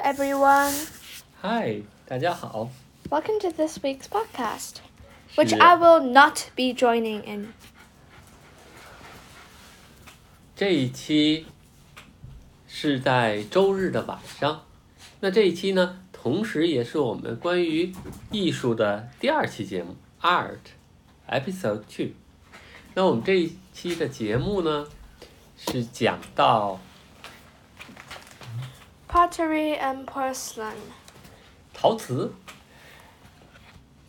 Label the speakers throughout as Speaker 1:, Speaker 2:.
Speaker 1: everyone.
Speaker 2: Hi，大家好。
Speaker 1: Welcome to this week's podcast, which
Speaker 2: 是
Speaker 1: I will not be joining in.
Speaker 2: 这一期是在周日的晚上。那这一期呢，同时也是我们关于艺术的第二期节目 Art Episode Two。那我们这一期的节目呢，是讲到
Speaker 1: Pottery and porcelain.
Speaker 2: 陶瓷。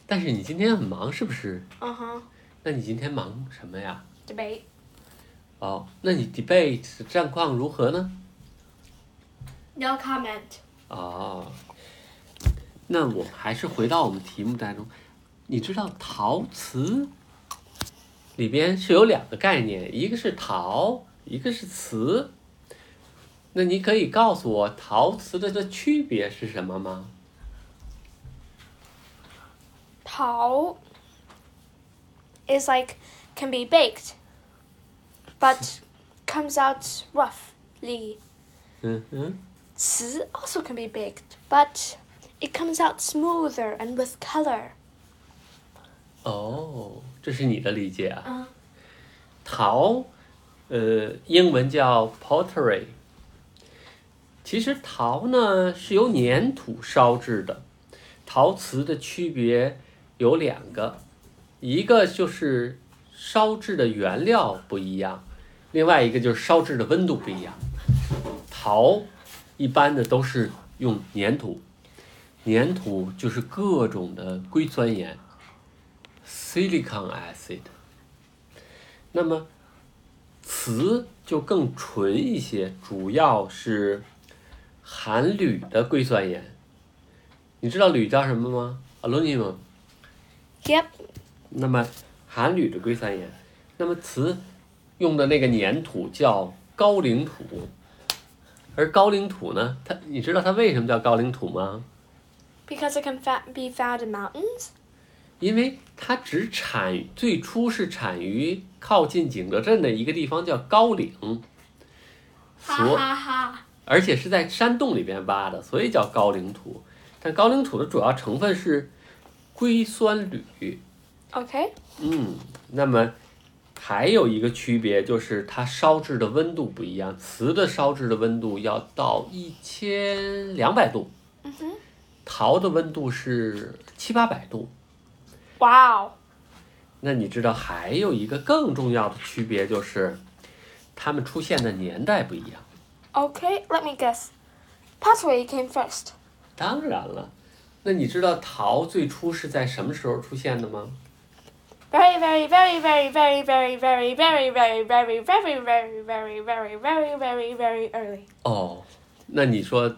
Speaker 2: 但是你今天很忙是不是？
Speaker 1: Uh huh.
Speaker 2: 那你今天忙什么呀？
Speaker 1: Debate.
Speaker 2: 哦，那你 debate 的战况如何呢？
Speaker 1: No comment.
Speaker 2: 哦，那我们还是回到我们题目当中，你知道陶瓷里边是有两个概念，一个是陶，一个是瓷。那你可以告诉我陶瓷的的区别是什么吗？
Speaker 1: Tao is like can be baked, but comes out roughly.
Speaker 2: 嗯哼，
Speaker 1: Si also can be baked, but it comes out smoother and with color.
Speaker 2: 哦，这是你的理解啊。
Speaker 1: 嗯
Speaker 2: 陶，呃，英文叫 pottery。其实陶呢是由粘土烧制的，陶瓷的区别有两个，一个就是烧制的原料不一样，另外一个就是烧制的温度不一样。陶一般的都是用粘土，粘土就是各种的硅酸盐 （silicon acid）。那么瓷就更纯一些，主要是含铝的硅酸盐。你知道铝叫什么吗？Aluminum。
Speaker 1: Yep.
Speaker 2: 那么含铝的硅酸盐，那么瓷用的那个粘土叫高岭土，而高岭土呢，它你知道它为什么叫高岭土吗？
Speaker 1: Because it can fa- be found in mountains?
Speaker 2: 因为它只产最初是产于靠近景德镇的一个地方叫高岭，所
Speaker 1: ha.
Speaker 2: 而且是在山洞里边挖的，所以叫高岭土。但高岭土的主要成分是硅酸铝，
Speaker 1: Okay.
Speaker 2: 嗯，那么还有一个区别就是它烧制的温度不一样，瓷的烧制的温度要到一千两百度，陶的温度是七八百度。
Speaker 1: Wow.
Speaker 2: 那你知道还有一个更重要的区别就是，它们出现的年代不一样。
Speaker 1: Okay, let me guess. Pottery came first.
Speaker 2: 当然了，那你知道陶最初是在什么时候出现的吗？
Speaker 1: Very, very, very, very, very, very, very, very, very, very, very, very, very, very, very, very, very early.
Speaker 2: 哦，那你说，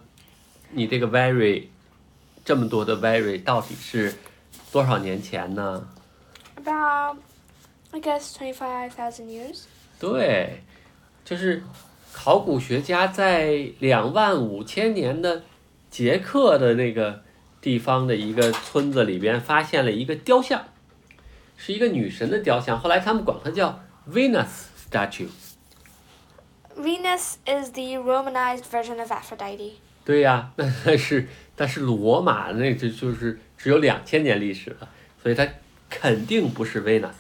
Speaker 2: 你这个 very 这么多的 very 到底是多少年前呢？
Speaker 1: About, I guess, 25,000 years.
Speaker 2: 对，就是考古学家在两万五千年的捷克的那个地方的一个村子里边发现了一个雕像，是一个女神的雕像，后来他们管它叫 Venus statue。
Speaker 1: Venus is the Romanized version of Aphrodite.
Speaker 2: 对呀、那但是但是罗马那就就是只有两千年历史了，所以它肯定不是 Venus。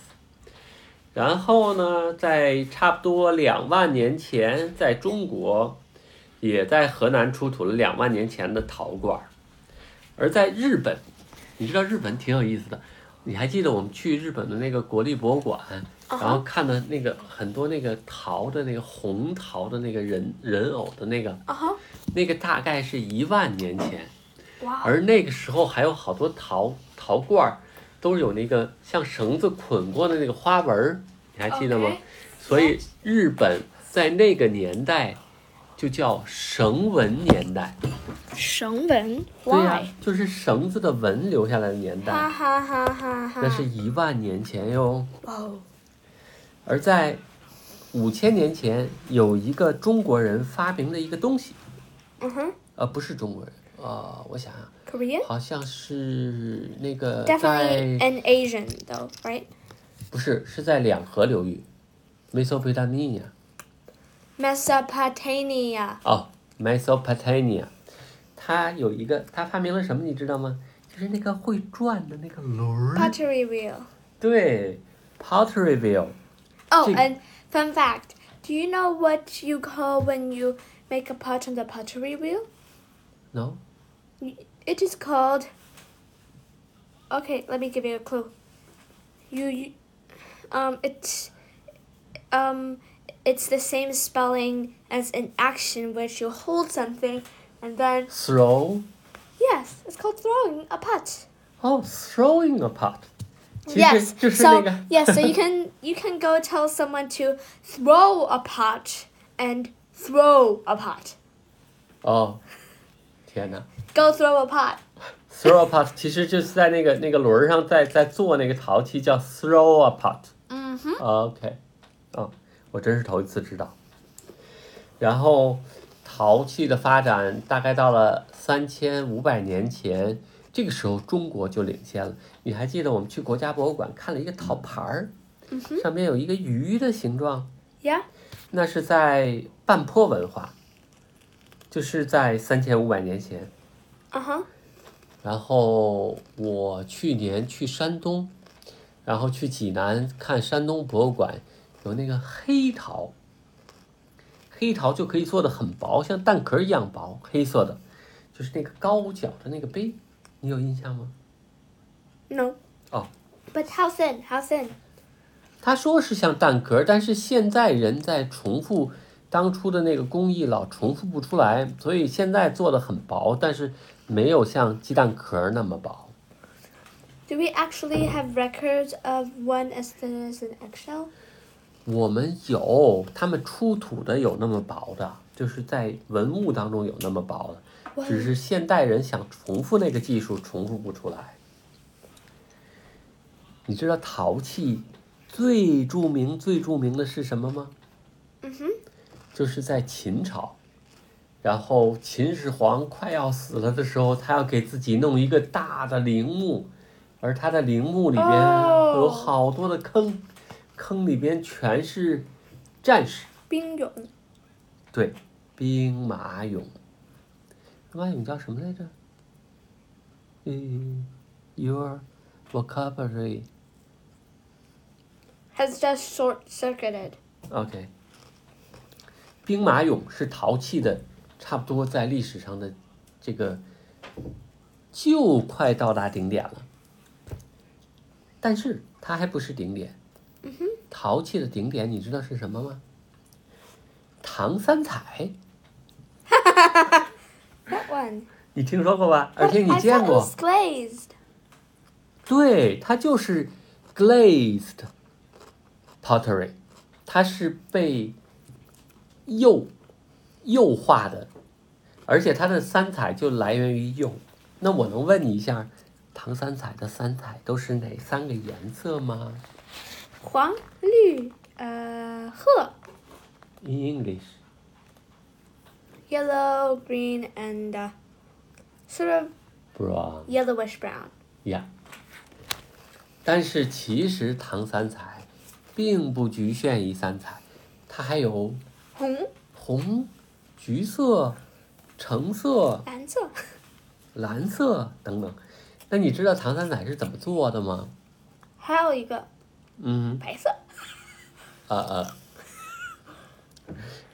Speaker 2: 然后呢，在差不多两万年前，在中国也在河南出土了两万年前的陶罐儿，而在日本，你知道日本挺有意思的，你还记得我们去日本的那个国立博物馆，然后看到那个很多那个陶的那个红陶的那个人人偶的那个。
Speaker 1: Uh huh.
Speaker 2: 那个大概是一万年前，
Speaker 1: Wow.
Speaker 2: 而那个时候还有好多陶陶罐儿，都是有那个像绳子捆过的那个花纹儿，你还记得吗
Speaker 1: Okay
Speaker 2: 所以日本在那个年代就叫绳纹年代，
Speaker 1: 绳纹
Speaker 2: 对呀、就是绳子的纹留下来的年代，
Speaker 1: Ha ha ha ha ha.
Speaker 2: 那是一万年前哟。
Speaker 1: Whoa.
Speaker 2: 而在五千年前，有一个中国人发明的一个东西，
Speaker 1: Uh huh.
Speaker 2: 呃，不是中国人，呃，我想想。
Speaker 1: Korean?
Speaker 2: 好像是那个
Speaker 1: Definitely
Speaker 2: 在
Speaker 1: an Asian though, right?
Speaker 2: 不是是在两河流域，Mesopotamia
Speaker 1: Mesopotamia.
Speaker 2: 哦，Mesopotamia，他有一个，他发明了什么，你知道吗？就是那个会转的那个轮儿。
Speaker 1: Pottery wheel.
Speaker 2: 对，pottery wheel。
Speaker 1: Oh,
Speaker 2: Jig-
Speaker 1: and fun fact. Do you know what you call when you make a pot on the pottery wheel?
Speaker 2: No，
Speaker 1: It is called. Okay, let me give you a clue. You, you um, it's, um, it's the same spelling as an action, which you hold something, and then
Speaker 2: throw。
Speaker 1: yes, it's called throwing a pot.
Speaker 2: 哦，throwing a pot。其实
Speaker 1: Yes,
Speaker 2: 就是那
Speaker 1: so
Speaker 2: 个。
Speaker 1: yes, so you can you can go tell someone to throw a pot and throw a pot.
Speaker 2: 哦，天哪
Speaker 1: Go throw a pot.
Speaker 2: ！Throw a pot 其实就是在那个那个轮儿上在在做那个陶器，叫 throw a pot。
Speaker 1: 嗯
Speaker 2: 哼。OK，哦，我真是头一次知道。然后，陶器的发展大概到了三千五百年前，这个时候中国就领先了。你还记得我们去国家博物馆看了一个陶盘儿，上面有一个鱼的形状，
Speaker 1: Yeah.
Speaker 2: 那是在半坡文化，就是在三千五百年前。
Speaker 1: Uh huh.
Speaker 2: 然后我去年去山东，然后去济南看山东博物馆，有那个黑陶，黑陶就可以做的很薄，像蛋壳一样薄，黑色的，就是那个高脚的那个杯，你有印象吗？
Speaker 1: No.
Speaker 2: Oh.
Speaker 1: But how thin? How thin?
Speaker 2: 他说是像蛋壳，但是现在人在重复当初的那个工艺，老重复不出来，所以现在做的很薄，但是没有像鸡蛋壳那么薄。
Speaker 1: Do we actually have records of one as thin as an eggshell?
Speaker 2: 我们有，他们出土的有那么薄的，就是在文物当中有那么薄的，只是现代人想重复那个技术，重复不出来。你知道陶器最著名、最著名的是什么吗？
Speaker 1: 嗯哼，
Speaker 2: 就是在秦朝，然后秦始皇快要死了的时候，他要给自己弄一个大的陵墓，而他的陵墓里边
Speaker 1: 哦
Speaker 2: 有好多的坑，坑里边全是战士，
Speaker 1: 冰勇.
Speaker 2: 对，兵马俑。兵马俑叫什么来着？嗯，your vocabulary。
Speaker 1: Has just short circuited.
Speaker 2: OK，兵马俑是陶器的，差不多在历史上的这个就快到达顶点了，但是它还不是顶点。陶器的顶点你知道是什么吗？唐三彩，
Speaker 1: That one.
Speaker 2: 你听说过吧？而且
Speaker 1: But
Speaker 2: 你
Speaker 1: I
Speaker 2: 见
Speaker 1: thought it
Speaker 2: 过
Speaker 1: was，glazed.
Speaker 2: 对，它就是 glazed pottery，它是被釉釉化的，而且它的三彩就来源于釉。那我能问你一下，唐三彩的三彩都是哪三个颜色吗
Speaker 1: 黄绿呃褐
Speaker 2: ？In English，
Speaker 1: yellow, green, and uh, sort of
Speaker 2: brown。
Speaker 1: yellowish brown.
Speaker 2: 呀。但是其实唐三彩并不局限于三彩，它还有
Speaker 1: 红
Speaker 2: 红、橘色、橙色、
Speaker 1: 蓝色，
Speaker 2: 蓝色等等。那你知道唐三彩是怎么做的吗？
Speaker 1: 还有一个
Speaker 2: 嗯，
Speaker 1: 白色。
Speaker 2: 呃呃。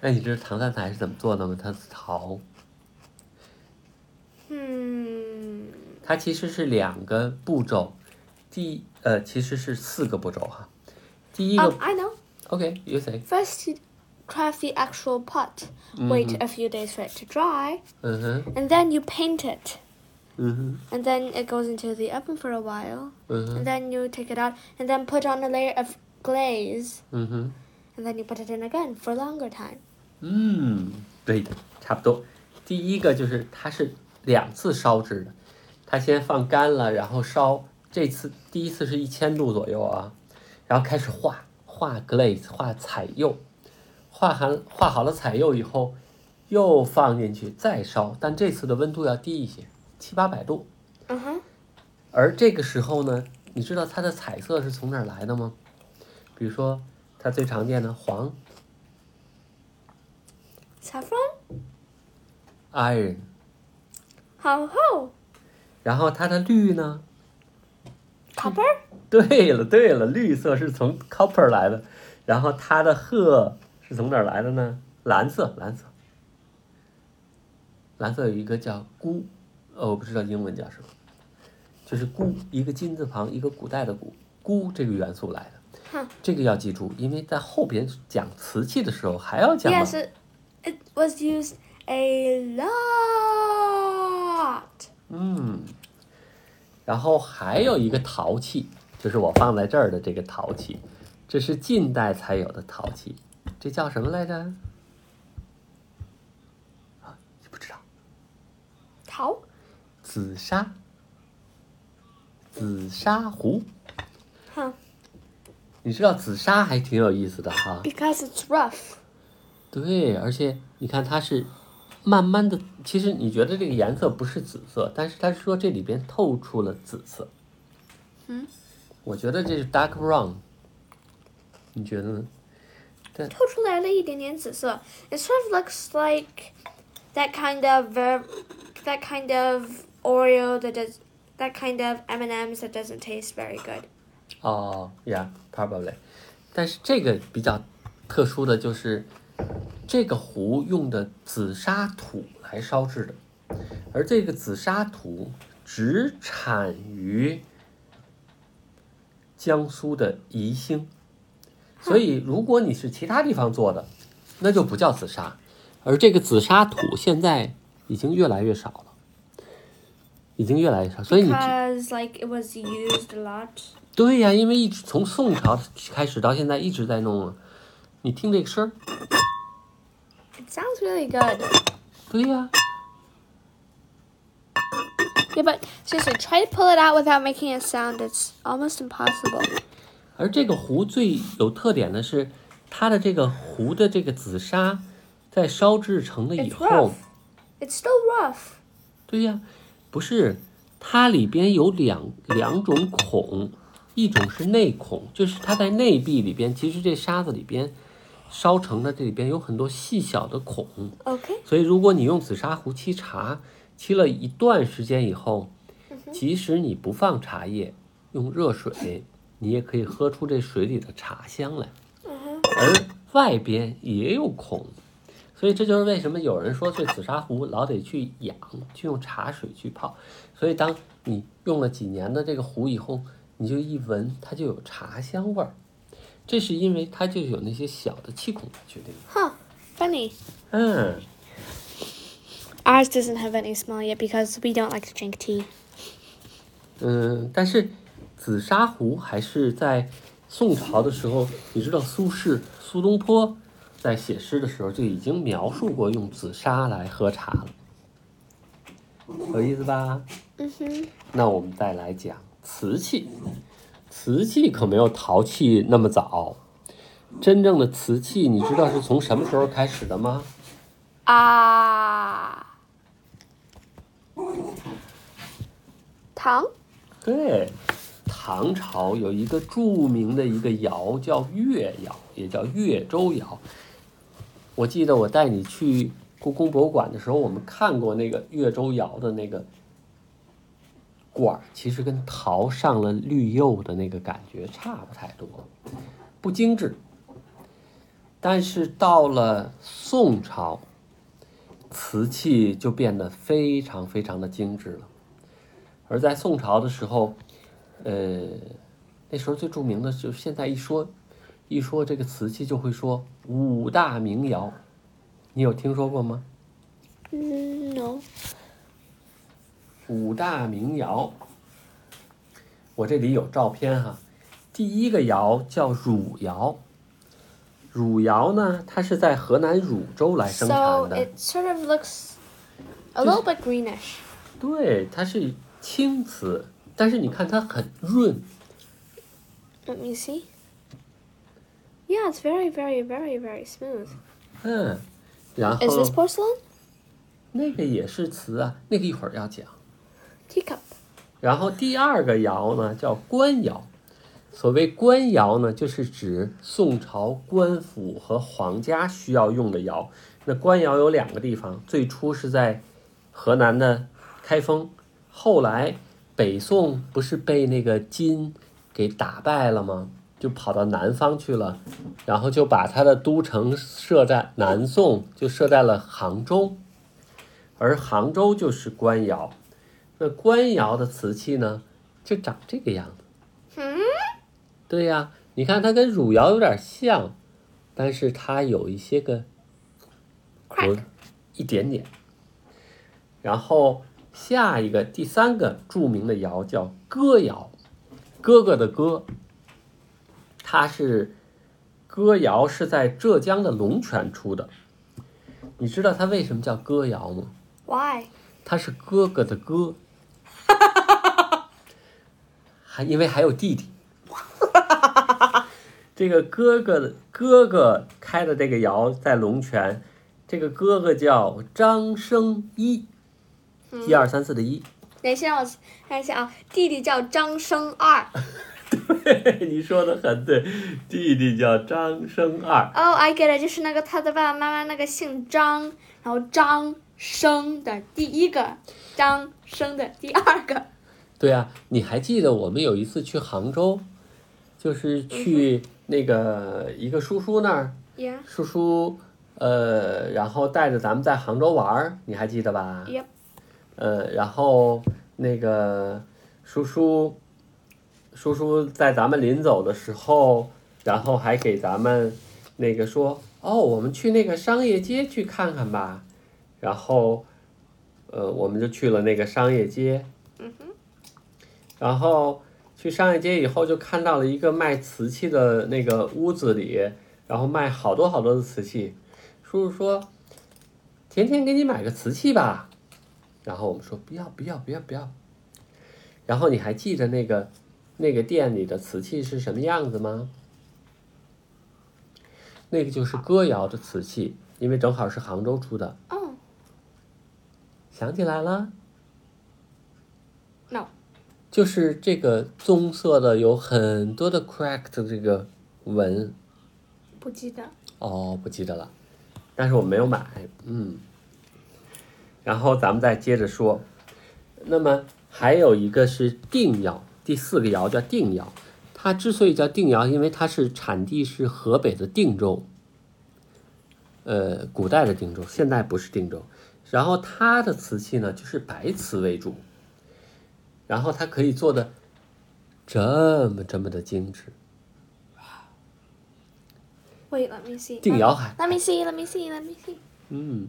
Speaker 2: 那你知道唐三彩是怎么做的吗？它是陶，
Speaker 1: 嗯
Speaker 2: 它其实是两个步骤，第呃其实是四个步骤哈。第一个、
Speaker 1: ，um, I know.
Speaker 2: OK，you、say，
Speaker 1: First, you craft the actual pot. Wait a few days for it to dry,
Speaker 2: 嗯哼，
Speaker 1: and then you paint it.
Speaker 2: 嗯哼，
Speaker 1: And then it goes into the oven for a while.
Speaker 2: 嗯哼，
Speaker 1: And then you take it out, and then put on a layer of glaze,
Speaker 2: 嗯哼，
Speaker 1: and then you put it in again for a longer time.
Speaker 2: 嗯，对的，差不多。第一个就是它是两次烧制的，它先放干了，然后烧。这次第一次是一千度左右啊，然后开始画画 glaze 画彩釉，画含画好了彩釉以后，又放进去再烧，但这次的温度要低一些，七八百度。
Speaker 1: Uh huh.
Speaker 2: 而这个时候呢，你知道它的彩色是从哪儿来的吗？比如说，它最常见的黄、
Speaker 1: Saffron,
Speaker 2: iron、
Speaker 1: 好厚。
Speaker 2: 然后它的绿呢？
Speaker 1: Copper
Speaker 2: 对了对了，绿色是从 copper 来的，然后它的褐是从哪儿来的呢？蓝色，蓝色，蓝色有一个叫钴，呃、我不知道英文叫什么，就是钴，一个金字旁，一个古代的钴，钴这个元素来的
Speaker 1: 哼，
Speaker 2: 这个要记住，因为在后边讲瓷器的时候还要讲到
Speaker 1: yes, it, it was used a lot.
Speaker 2: 嗯，然后还有一个陶器，就是我放在这儿的这个陶器，这是近代才有的陶器，这叫什么来着？啊，你不知道？
Speaker 1: 陶
Speaker 2: 紫砂，紫砂壶。
Speaker 1: Huh.
Speaker 2: 你知道紫砂还挺有意思的哈、
Speaker 1: because it's rough.
Speaker 2: 对，而且你看它是慢慢的，其实你觉得这个颜色不是紫色，但是它说这里边透出了紫色。
Speaker 1: 嗯，
Speaker 2: 我觉得这是 dark brown，你觉得呢？
Speaker 1: 透出来了一点点紫色. It sort of looks like that kind of ver- that kind of Oreo that does that kind of M and M's that doesn't taste very good.
Speaker 2: 哦、y e a h p r o b a b l y 但是这个比较特殊的就是，这个壶用的紫砂土来烧制的，而这个紫砂土只产于江苏的宜兴，所以如果你是其他地方做的，那就不叫紫砂。而这个紫砂土现在已经越来越少了，已经越来越少，所以你知
Speaker 1: Because like it was used a lot.
Speaker 2: 对呀、因为一直从宋朝开始到现在一直在弄啊。你听这个声儿，
Speaker 1: It sounds really good.
Speaker 2: 对呀、
Speaker 1: Yeah, but seriously, try to pull it out without making a sound. It's almost impossible.
Speaker 2: 而这个壶最有特点的是，它的这个壶的这个紫砂，在烧制成了以
Speaker 1: It's
Speaker 2: 后
Speaker 1: rough.，It's still rough.
Speaker 2: 对呀、不是，它里边有两两种孔，一种是内孔，就是它在内壁里边，其实这沙子里边烧成的这里边有很多细小的孔，
Speaker 1: Okay.
Speaker 2: 所以，如果你用紫砂壶沏茶，沏了一段时间以后，即使你不放茶叶，用热水，你也可以喝出这水里的茶香来。而外边也有孔，所以这就是为什么有人说这紫砂壶老得去养，去用茶水去泡。所以，当你用了几年的这个壶以后，你就一闻它就有茶香味儿，这是因为它就有那些小的气孔来决定的。
Speaker 1: Huh. Funny.
Speaker 2: 嗯。
Speaker 1: Ours doesn't have any smell yet because we don't like to drink tea.
Speaker 2: 嗯，但是紫砂壶还是在宋朝的时候，你知道苏轼、苏东坡在写诗的时候就已经描述过用紫砂来喝茶了，有意思吧？
Speaker 1: Mm-hmm.
Speaker 2: 那我们再来讲瓷器，瓷器可没有陶器那么早。真正的瓷器，你知道是从什么时候开始的吗？
Speaker 1: Ah. Tang?
Speaker 2: 对，唐朝有一个著名的一个窑叫越窑，也叫越州窑。我记得我带你去故宫博物馆的时候，我们看过那个越州窑的那个罐儿，其实跟陶上了绿釉的那个感觉差不太多，不精致。但是到了宋朝，瓷器就变得非常非常的精致了。而在宋朝的时候，呃，那时候最著名的就是现在一说一说这个瓷器，就会说五大名窑，你有听说过吗？
Speaker 1: Mm, no.
Speaker 2: 五大名窑，我这里有照片哈。第一个窑叫汝窑，汝窑呢，它是在河南汝州来生
Speaker 1: So
Speaker 2: 产的。
Speaker 1: it sort of looks a
Speaker 2: Just-
Speaker 1: little bit greenish.
Speaker 2: 对，它是青瓷，但是你看它很润，
Speaker 1: Let me see. Yeah, it's very, very, very, very smooth.
Speaker 2: 嗯，然
Speaker 1: Is
Speaker 2: 后
Speaker 1: this porcelain?
Speaker 2: 那个也是瓷啊，那个一会儿要讲。
Speaker 1: Teacup.
Speaker 2: 然后第二个窑呢叫官窑，所谓官窑呢，就是指宋朝官府和皇家需要用的窑。那官窑有两个地方，最初是在河南的开封。后来北宋不是被那个金给打败了吗？就跑到南方去了，然后就把他的都城设在南宋，就设在了杭州，而杭州就是官窑。那官窑的瓷器呢，就长这个样子。
Speaker 1: 嗯，
Speaker 2: 对呀、你看它跟汝窑有点像，但是它有一些个有
Speaker 1: crack
Speaker 2: 一点点。然后下一个第三个著名的窑叫哥窑，哥哥的哥，它是哥窑是在浙江的龙泉出的。你知道它为什么叫哥窑吗？
Speaker 1: why
Speaker 2: 他是哥哥的 哥，还因为还有 弟弟。这个哥哥的哥哥开的这个窑在龙泉，这个哥哥叫张生一，一二三四的一。
Speaker 1: 等一下，让我看一下啊，弟弟叫张生二。
Speaker 2: 你说的很对，弟弟叫张生二。
Speaker 1: 哦、i get it，就是那个他的爸爸妈妈那个姓张，然后张生的第一个，张生的第二个。
Speaker 2: 对啊，你还记得我们有一次去杭州，就是去那个一个叔叔那儿，
Speaker 1: Yeah,
Speaker 2: 叔叔，呃，然后带着咱们在杭州玩儿，你还记得吧？
Speaker 1: yep.
Speaker 2: 呃，然后那个叔叔，叔叔在咱们临走的时候，然后还给咱们那个说，哦，我们去那个商业街去看看吧。然后，呃，我们就去了那个商业街。然后去商业街以后，就看到了一个卖瓷器的那个屋子里，然后卖好多好多的瓷器。叔叔说：“甜甜，给你买个瓷器吧。”然后我们说不要不要不要不要。然后你还记得那个那个店里的瓷器是什么样子吗？那个就是歌窑的瓷器，因为正好是杭州出的。
Speaker 1: 哦、
Speaker 2: 想起来了
Speaker 1: No
Speaker 2: 就是这个棕色的，有很多的 crack 的这个纹
Speaker 1: 不记得。
Speaker 2: 哦，不记得了，但是我没有买，嗯。然后咱们再接着说，那么还有一个是定窑，第四个窑叫定窑。它之所以叫定窑，因为它是产地是河北的定州，呃，古代的定州，现在不是定州。然后它的瓷器呢，就是白瓷为主，然后它可以做的这么这么的精致。
Speaker 1: Wait, let me see.
Speaker 2: 定
Speaker 1: Let-
Speaker 2: 窑还
Speaker 1: Let me see. Let me see. Let me see.
Speaker 2: 嗯，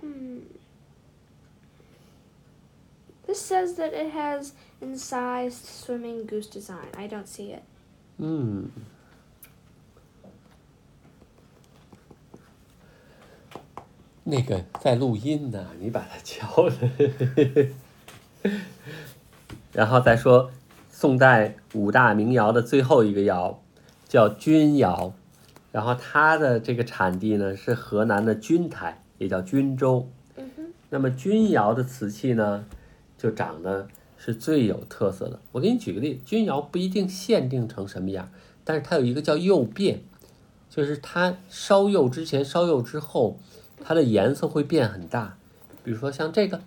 Speaker 1: Hmm. This says that it has incised swimming goose design. I don't see it.
Speaker 2: 嗯，那个在录音呢，你把它敲了。 然后再说宋代五大名窑的最后一个窑叫钧窑，然后它的这个产地呢是河南的钧台，也叫钧州。
Speaker 1: 嗯哼，
Speaker 2: 那么钧窑的瓷器呢，就长得是最有特色的。我给你举个例子，钧窑不一定限定成什么样，但是它有一个叫釉变，就是它烧釉之前、烧釉之后，它的颜色会变很大。比如说像这个，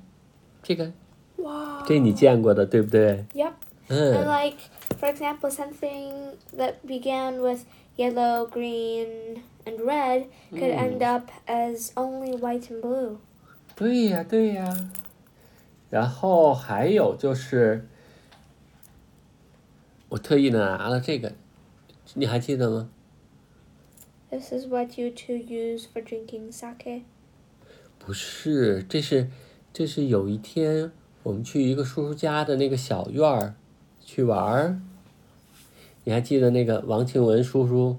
Speaker 2: 这个，
Speaker 1: Wow.
Speaker 2: 这你见过的对不对？
Speaker 1: Yep. And
Speaker 2: 嗯，
Speaker 1: like, for example, something that began with yellow, green, and red could end up as only white and blue.
Speaker 2: 对呀、对呀、然后还有就是，我特意呢拿了这个，你还记得吗？
Speaker 1: This is what you two use for drinking sake.
Speaker 2: 不是，这是这是有一天我们去一个叔叔家的那个小院儿去玩儿，你还记得那个王庆文叔叔？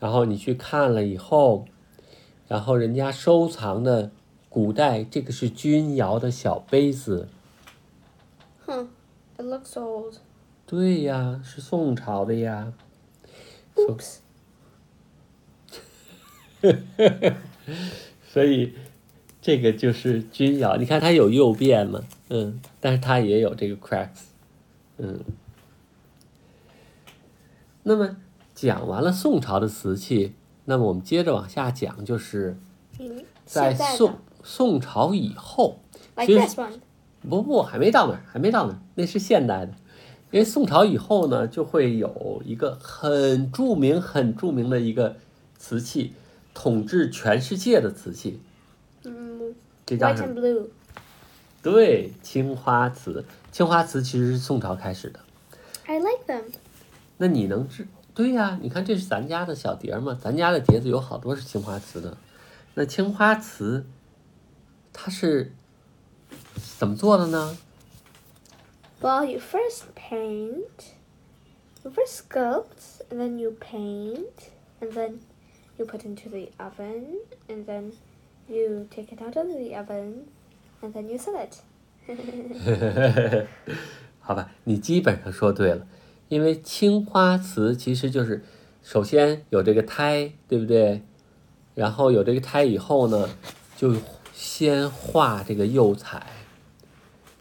Speaker 2: 然后你去看了以后，然后人家收藏的古代这个是钧窑的小杯子，
Speaker 1: Huh. It looks old.
Speaker 2: 对呀，是宋朝的呀。所
Speaker 1: Oops.
Speaker 2: 所以这个就是钧窑，你看它有釉变嘛，嗯，但是它也有这个 cracks，嗯。那么讲完了宋朝的瓷器，那么我们接着往下讲，就是
Speaker 1: 嗯，
Speaker 2: 在
Speaker 1: 现在的
Speaker 2: 宋宋朝以后，
Speaker 1: like
Speaker 2: 其实
Speaker 1: this one，
Speaker 2: 不不，还没到那儿，还没到那儿，那是现代的。因为宋朝以后呢，就会有一个很著名、很著名的一个瓷器，统治全世界的瓷器，
Speaker 1: 嗯
Speaker 2: 这叫
Speaker 1: Mm, ，white
Speaker 2: 什么？
Speaker 1: and blue，
Speaker 2: 对，青花瓷。青花瓷其实是宋朝开始的。
Speaker 1: I like them。
Speaker 2: 那你能知？对呀、你看这是咱家的小碟儿嘛，咱家的碟子有好多是青花瓷的。那青花瓷，它是怎么做的呢？
Speaker 1: Well, you first paint, you first sculpt, and then you paint, and then you put into the oven, and then you take it out of the oven, and then you sell it.
Speaker 2: 好吧，你基本上说对了，因为青花瓷其实就是首先有这个胎，对不对？然后有这个胎以后呢，就先画这个釉彩，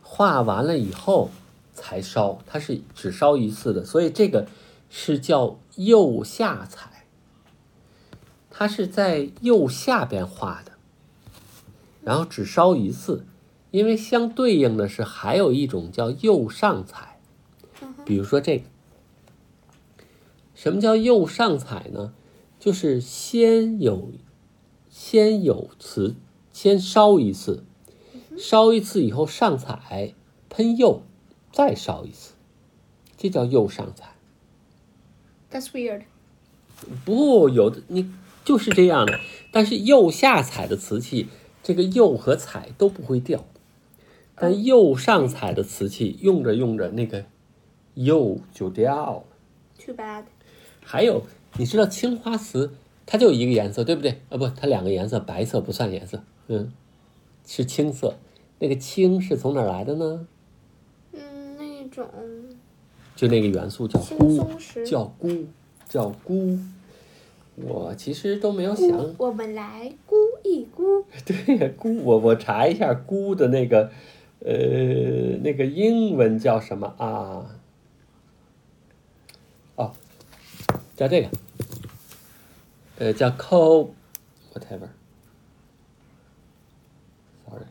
Speaker 2: 画完了以后才烧，它是只烧一次的，所以这个是叫釉下彩，它是在釉下边画的，然后只烧一次。因为相对应的是还有一种叫釉上彩，比如说这个，什么叫釉上彩呢？就是先有先有瓷，先烧一次，烧一次以后上彩，喷釉，再烧一次，这叫釉上彩。
Speaker 1: That's weird.
Speaker 2: 不，有的你就是这样的。但是釉下彩的瓷器，这个釉和彩都不会掉，但釉上彩的瓷器用着用着，那个釉就掉了。
Speaker 1: Too bad.
Speaker 2: 还有，你知道青花瓷它就一个颜色，对不对？啊，不，它两个颜色，白色不算颜色，嗯，是青色。那个青是从哪儿来的呢？
Speaker 1: Mm,
Speaker 2: 就那个元素叫钴
Speaker 1: 轻松石，
Speaker 2: 叫钴，叫钴。我其实都没有想
Speaker 1: 我们来估一估。
Speaker 2: 对呀，菇，我我查一下菇的那个，呃，那个英文叫什么啊？哦，叫这个，呃，叫 co whatever。Sorry，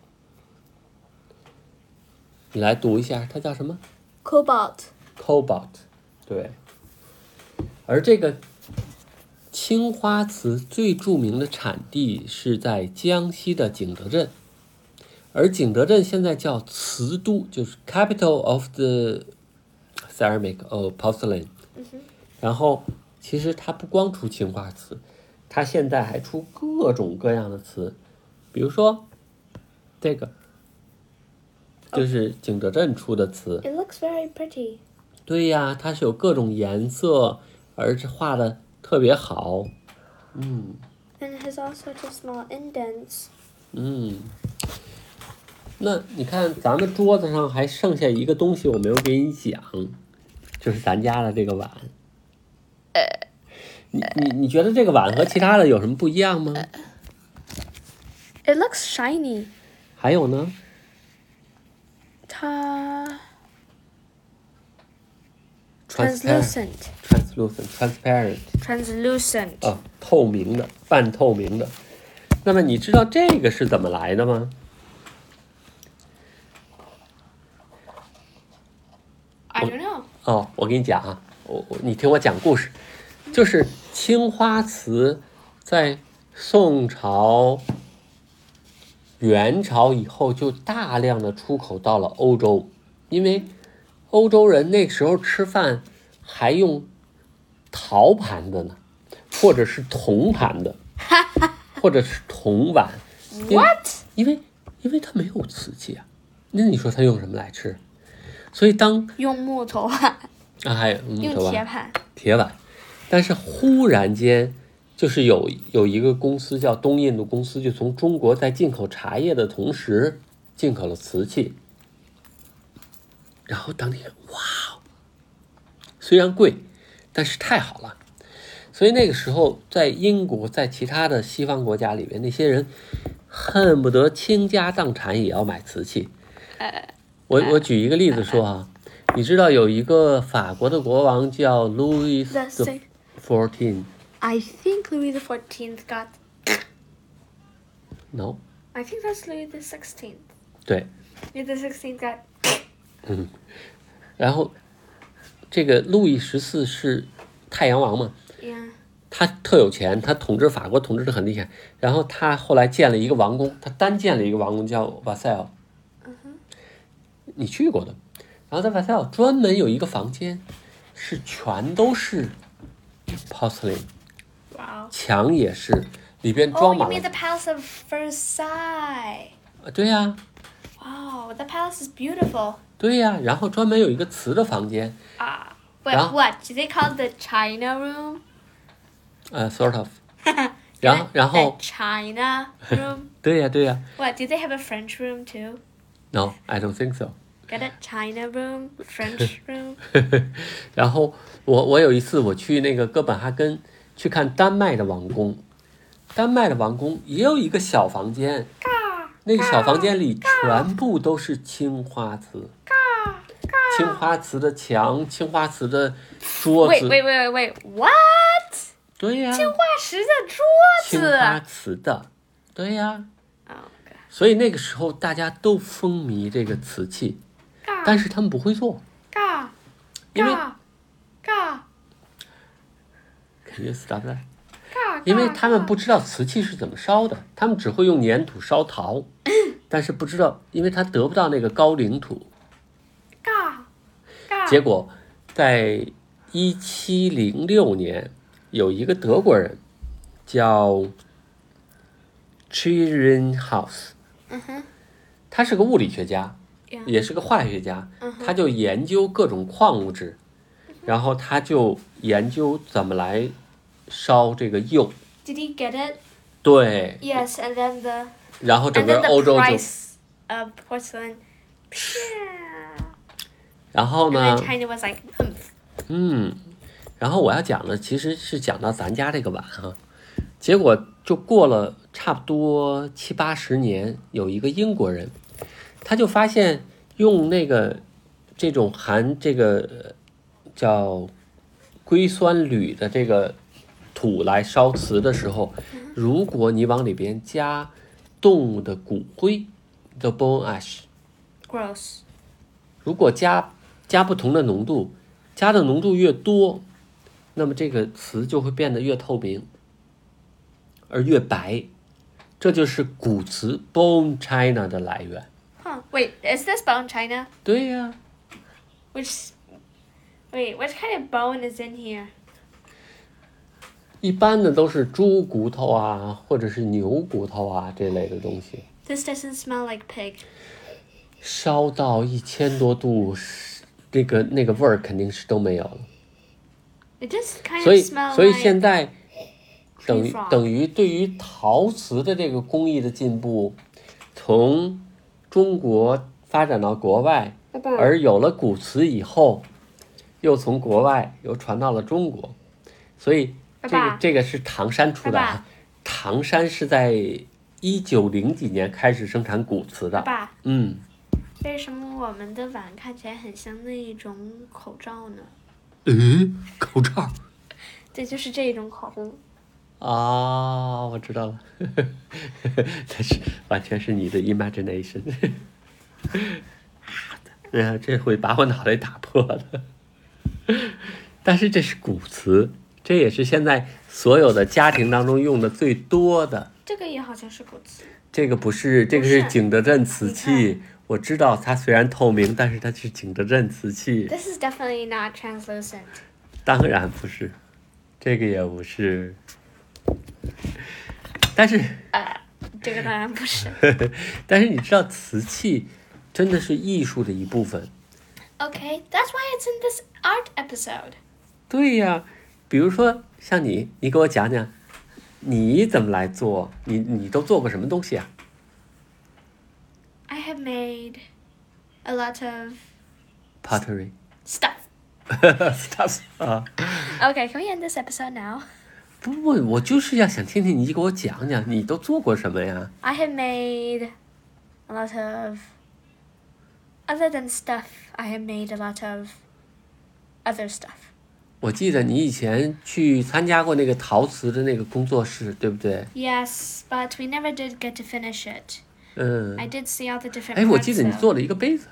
Speaker 2: 你来读一下，它叫什么
Speaker 1: Cobalt.
Speaker 2: ？cobalt，对。而这个青花瓷最著名的产地是在江西的景德镇，而景德镇现在叫瓷都，就是 capital of the ceramic or porcelain。然后，其实它不光出青花瓷，它现在还出各种各样的瓷，比如说这个，就是景德镇出的瓷。
Speaker 1: It looks very pretty.
Speaker 2: 对呀，它是有各种颜色，而且画的特别好。
Speaker 1: And it has all sorts of small indents.
Speaker 2: 嗯，那你看咱们桌子上还剩下一个东西，我没有给你讲，就是咱家的这个碗。你你你觉得这个碗和其他的有什么不一样吗？
Speaker 1: It looks shiny.
Speaker 2: 还有呢？
Speaker 1: 它 translucent.
Speaker 2: translucent transparent
Speaker 1: Translucent.
Speaker 2: 啊，透明的，半透明的。那么你知道这个是怎么来的吗？
Speaker 1: I don't know.
Speaker 2: 哦，我跟你讲啊，我我你听我讲故事，就是青花瓷在宋朝、元朝以后就大量的出口到了欧洲，因为欧洲人那时候吃饭还用陶盘的呢，或者是铜盘的，或者是铜碗，因为
Speaker 1: What?
Speaker 2: 因为因为它没有瓷器啊，那你说他用什么来吃？所以当
Speaker 1: 用木 头啊，
Speaker 2: 啊，还有木
Speaker 1: 用
Speaker 2: 头碗
Speaker 1: 铁盘。
Speaker 2: 铁碗，但是忽然间，就是有有一个公司叫东印度公司，就从中国在进口茶叶的同时，进口了瓷器。然后当地人哇哦，虽然贵，但是太好了。所以那个时候，在英国，在其他的西方国家里面，那些人恨不得倾家荡产也要买瓷器。我我举一个例子说啊，你知道有一个法国的国王叫 Louis
Speaker 1: The
Speaker 2: the
Speaker 1: same.
Speaker 2: Fourteen，
Speaker 1: I think think Louis the Fourteenth got.
Speaker 2: No，
Speaker 1: I think that's Louis the Sixteenth.
Speaker 2: 对，
Speaker 1: Louis the Sixteenth got.
Speaker 2: 然后这个路易十四是太阳王嘛，
Speaker 1: Yeah.
Speaker 2: 他特有钱，他统治法国统治的很厉害。然后他后来建了一个王宫，他单建了一个王宫叫瓦塞尔，你去过的。然后在瓦塞尔专门有一个房间，是全都是 porcelain，
Speaker 1: Wow.
Speaker 2: 墙也是，里边
Speaker 1: Oh,
Speaker 2: 装
Speaker 1: you
Speaker 2: 满
Speaker 1: mean
Speaker 2: 了
Speaker 1: the。Palace of Versailles?
Speaker 2: 啊对呀、
Speaker 1: Wow, the palace is beautiful.
Speaker 2: 对呀、然后专门有一个瓷的房间，
Speaker 1: Ah. Wait,
Speaker 2: Yeah.
Speaker 1: what? Do they call it the China room?
Speaker 2: 呃，sort of。然后，
Speaker 1: the
Speaker 2: 然后，
Speaker 1: China room?
Speaker 2: 对呀、对呀、
Speaker 1: what? Do they have a French room too?
Speaker 2: n o I don't think so。
Speaker 1: Get it? China room, French room.
Speaker 2: 然后我我有一次我去那个哥本哈根去看丹麦的王宫，丹麦的王宫也有一个小房间，那个小房间里全部都是青花瓷，青花瓷的墙，青花瓷的桌
Speaker 1: Wait,
Speaker 2: 子，
Speaker 1: wait, wait, wait, wait. What?
Speaker 2: 对呀、青花
Speaker 1: 化石的桌子。
Speaker 2: 瓷啊的，对呀、
Speaker 1: Oh god.
Speaker 2: 所以那个时候大家都风靡这个瓷器，但是他们不会做，
Speaker 1: 嘎
Speaker 2: 因为
Speaker 1: 嘎嘎
Speaker 2: Can you stop that？
Speaker 1: 嘎，
Speaker 2: 因为他们不知道瓷器是怎么烧的，他们只会用粘土烧陶， 但是不知道，因为他得不到那个高岭土。
Speaker 1: 嘎嘎
Speaker 2: 结果，在一七零六年，有一个德国人叫 Childrenhouse，
Speaker 1: 嗯哼
Speaker 2: 他是个物理学家，
Speaker 1: Yeah 嗯
Speaker 2: 也是个化学家，他就研究各种矿物质，然后他就研究怎么来烧这个釉。
Speaker 1: Did he get it?
Speaker 2: 对，
Speaker 1: Yes, and then the
Speaker 2: 然后整
Speaker 1: and
Speaker 2: 个
Speaker 1: then
Speaker 2: 欧
Speaker 1: the
Speaker 2: 洲就
Speaker 1: price of porcelain. Yeah.
Speaker 2: 然后
Speaker 1: And then
Speaker 2: 呢，
Speaker 1: China was like, "Humph."
Speaker 2: 嗯，然后我要讲的其实是讲到咱家这个碗哈、结果就过了差不多七八十年，有一个英国人，他就发现用那个这种含这个呃叫硅酸铝的这个土来烧瓷的时候，
Speaker 1: 嗯
Speaker 2: 如果你往里边加动物的骨灰 （the bone ash），
Speaker 1: gross.
Speaker 2: 如果加加不同的浓度，加的浓度越多，那么这个瓷就会变得越透明，而越白。这就是古瓷 bone china 的来源。
Speaker 1: Huh. Wait, is this bone China?
Speaker 2: 对呀、
Speaker 1: Which wait, what kind of bone is in here?
Speaker 2: 一般的都是猪骨头啊，或者是牛骨头啊这类的东西，
Speaker 1: This doesn't smell like pig.
Speaker 2: 烧到一千多度，是那个那个味儿肯定是都没有了。
Speaker 1: It just kind
Speaker 2: 所
Speaker 1: of
Speaker 2: 以，
Speaker 1: smells
Speaker 2: 所以现
Speaker 1: like
Speaker 2: 在等
Speaker 1: tree
Speaker 2: 于
Speaker 1: frog
Speaker 2: 等于对于陶瓷的这个工艺的进步，从中国发展到国外，
Speaker 1: 嗯
Speaker 2: 而有了古瓷以后，又从国外又传到了中国，所以这
Speaker 1: 爸
Speaker 2: 个
Speaker 1: 爸
Speaker 2: 这个是唐山出的
Speaker 1: 爸
Speaker 2: 啊
Speaker 1: 爸，
Speaker 2: 唐山是在一九零几年开始生产古瓷的，
Speaker 1: 吧。
Speaker 2: 嗯，
Speaker 1: 为什么我们的碗看起来很像那一种口罩呢？
Speaker 2: 嗯，口罩
Speaker 1: 对，就是这一种口红。
Speaker 2: 啊，我知道了， 但是完全是你的 imagination。呃，这会把我脑袋打破的。但是这是古瓷，这也是现在所有的家庭当中用的最多的。
Speaker 1: 这个也好像是古瓷。
Speaker 2: 这个不是，这个
Speaker 1: 不
Speaker 2: 是
Speaker 1: 是
Speaker 2: 景德镇瓷
Speaker 1: 你
Speaker 2: 器。我知道它虽然透明，但是它是景德镇瓷器。
Speaker 1: This is definitely not translucent.
Speaker 2: 当然不是，这个也不是。但是
Speaker 1: 呃，这个当然不是。
Speaker 2: 但是你知道，瓷器真的是艺术的一部分。
Speaker 1: Okay, that's why it's in this art episode.
Speaker 2: 对呀、比如说像你，你给我讲讲，你怎么来做？你你都做过什么东西啊？
Speaker 1: I have made a lot of
Speaker 2: Pottery
Speaker 1: stuff.
Speaker 2: stuff 啊？
Speaker 1: Okay, can we end this episode now?
Speaker 2: 不不，我就是要想听听你给我讲讲，你都做过什么呀？
Speaker 1: I have made a lot of. Other than stuff, I have made a lot of other stuff.
Speaker 2: 我记得你以前去参加过那个陶瓷的那个工作室，对不对？
Speaker 1: Yes, but we never did get to finish it.
Speaker 2: 嗯，
Speaker 1: I did see all the different
Speaker 2: 哎，我
Speaker 1: parts.
Speaker 2: 记得你
Speaker 1: though.
Speaker 2: 做了一个杯子。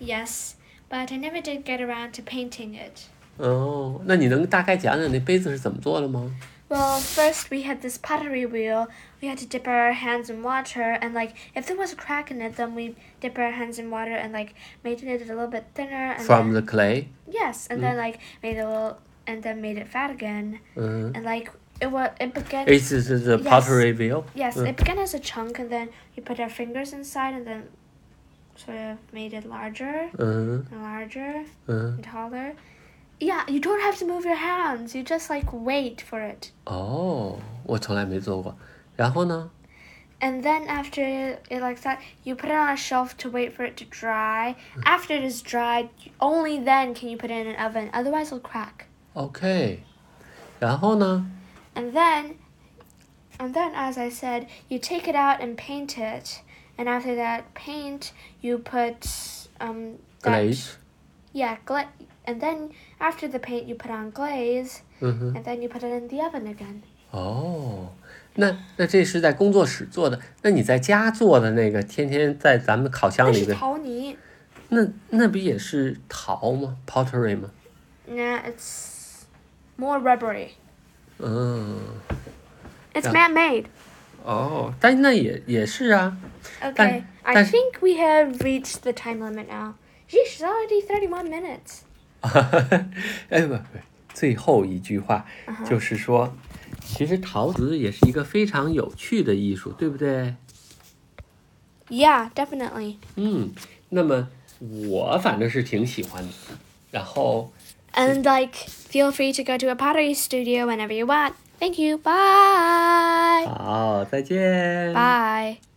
Speaker 1: Yes, but I never did get around to painting it.
Speaker 2: 哦，那你能大概讲讲那杯子是怎么做的吗？
Speaker 1: Well, first we had this pottery wheel. We had to dip our hands in water, and like if there was a crack in it, then we dip our hands in water and like made it a little bit thinner. And
Speaker 2: From
Speaker 1: then,
Speaker 2: the Mm. clay，
Speaker 1: yes, and then like made it a little, and then made it fat again,
Speaker 2: 嗯
Speaker 1: and like it was it began.
Speaker 2: ，it is the
Speaker 1: Yes.
Speaker 2: pottery wheel。
Speaker 1: Yes,
Speaker 2: Mm.
Speaker 1: it began as a chunk, and then we put our fingers inside, and then sort of made it larger
Speaker 2: 嗯
Speaker 1: and larger
Speaker 2: 嗯，
Speaker 1: and taller. Yeah, you don't have to move your hands. You just like wait for it.
Speaker 2: 哦，我从来没做过。然后呢？
Speaker 1: And then after it like that, you put it on a shelf to wait for it to dry.
Speaker 2: Mm.
Speaker 1: After it is dried, only then can you put it in an oven. Otherwise, it'll crack.
Speaker 2: OK，然后呢？
Speaker 1: And then, and then as I said, you take it out and paint it. And after that paint, you put um that-
Speaker 2: glaze，
Speaker 1: Yeah, gla- and then after the paint, you put on glaze,
Speaker 2: 嗯哼，
Speaker 1: and then you put it in the oven again.
Speaker 2: 哦，那那这是在工作室做的，那你在家做的那个，天天在咱们烤箱里的，
Speaker 1: 那是陶泥。
Speaker 2: 那那不也是陶吗？pottery 吗？
Speaker 1: Nah, it's more rubbery.
Speaker 2: 嗯，
Speaker 1: It's
Speaker 2: Yeah.
Speaker 1: man-made.
Speaker 2: 哦，但那也也是啊，
Speaker 1: Okay, I
Speaker 2: that's-
Speaker 1: think we have reached the time limit now. Yeesh, it's already 31 minutes.
Speaker 2: 哎不不，最后一句话就是说，其实陶瓷也是一个非常有趣的艺术，对不对？
Speaker 1: Yeah, definitely.
Speaker 2: 嗯，那么我反正是挺喜欢的，然后
Speaker 1: And like, feel free to go to a pottery studio whenever you want. Thank you. Bye.
Speaker 2: 好，再见。
Speaker 1: Bye.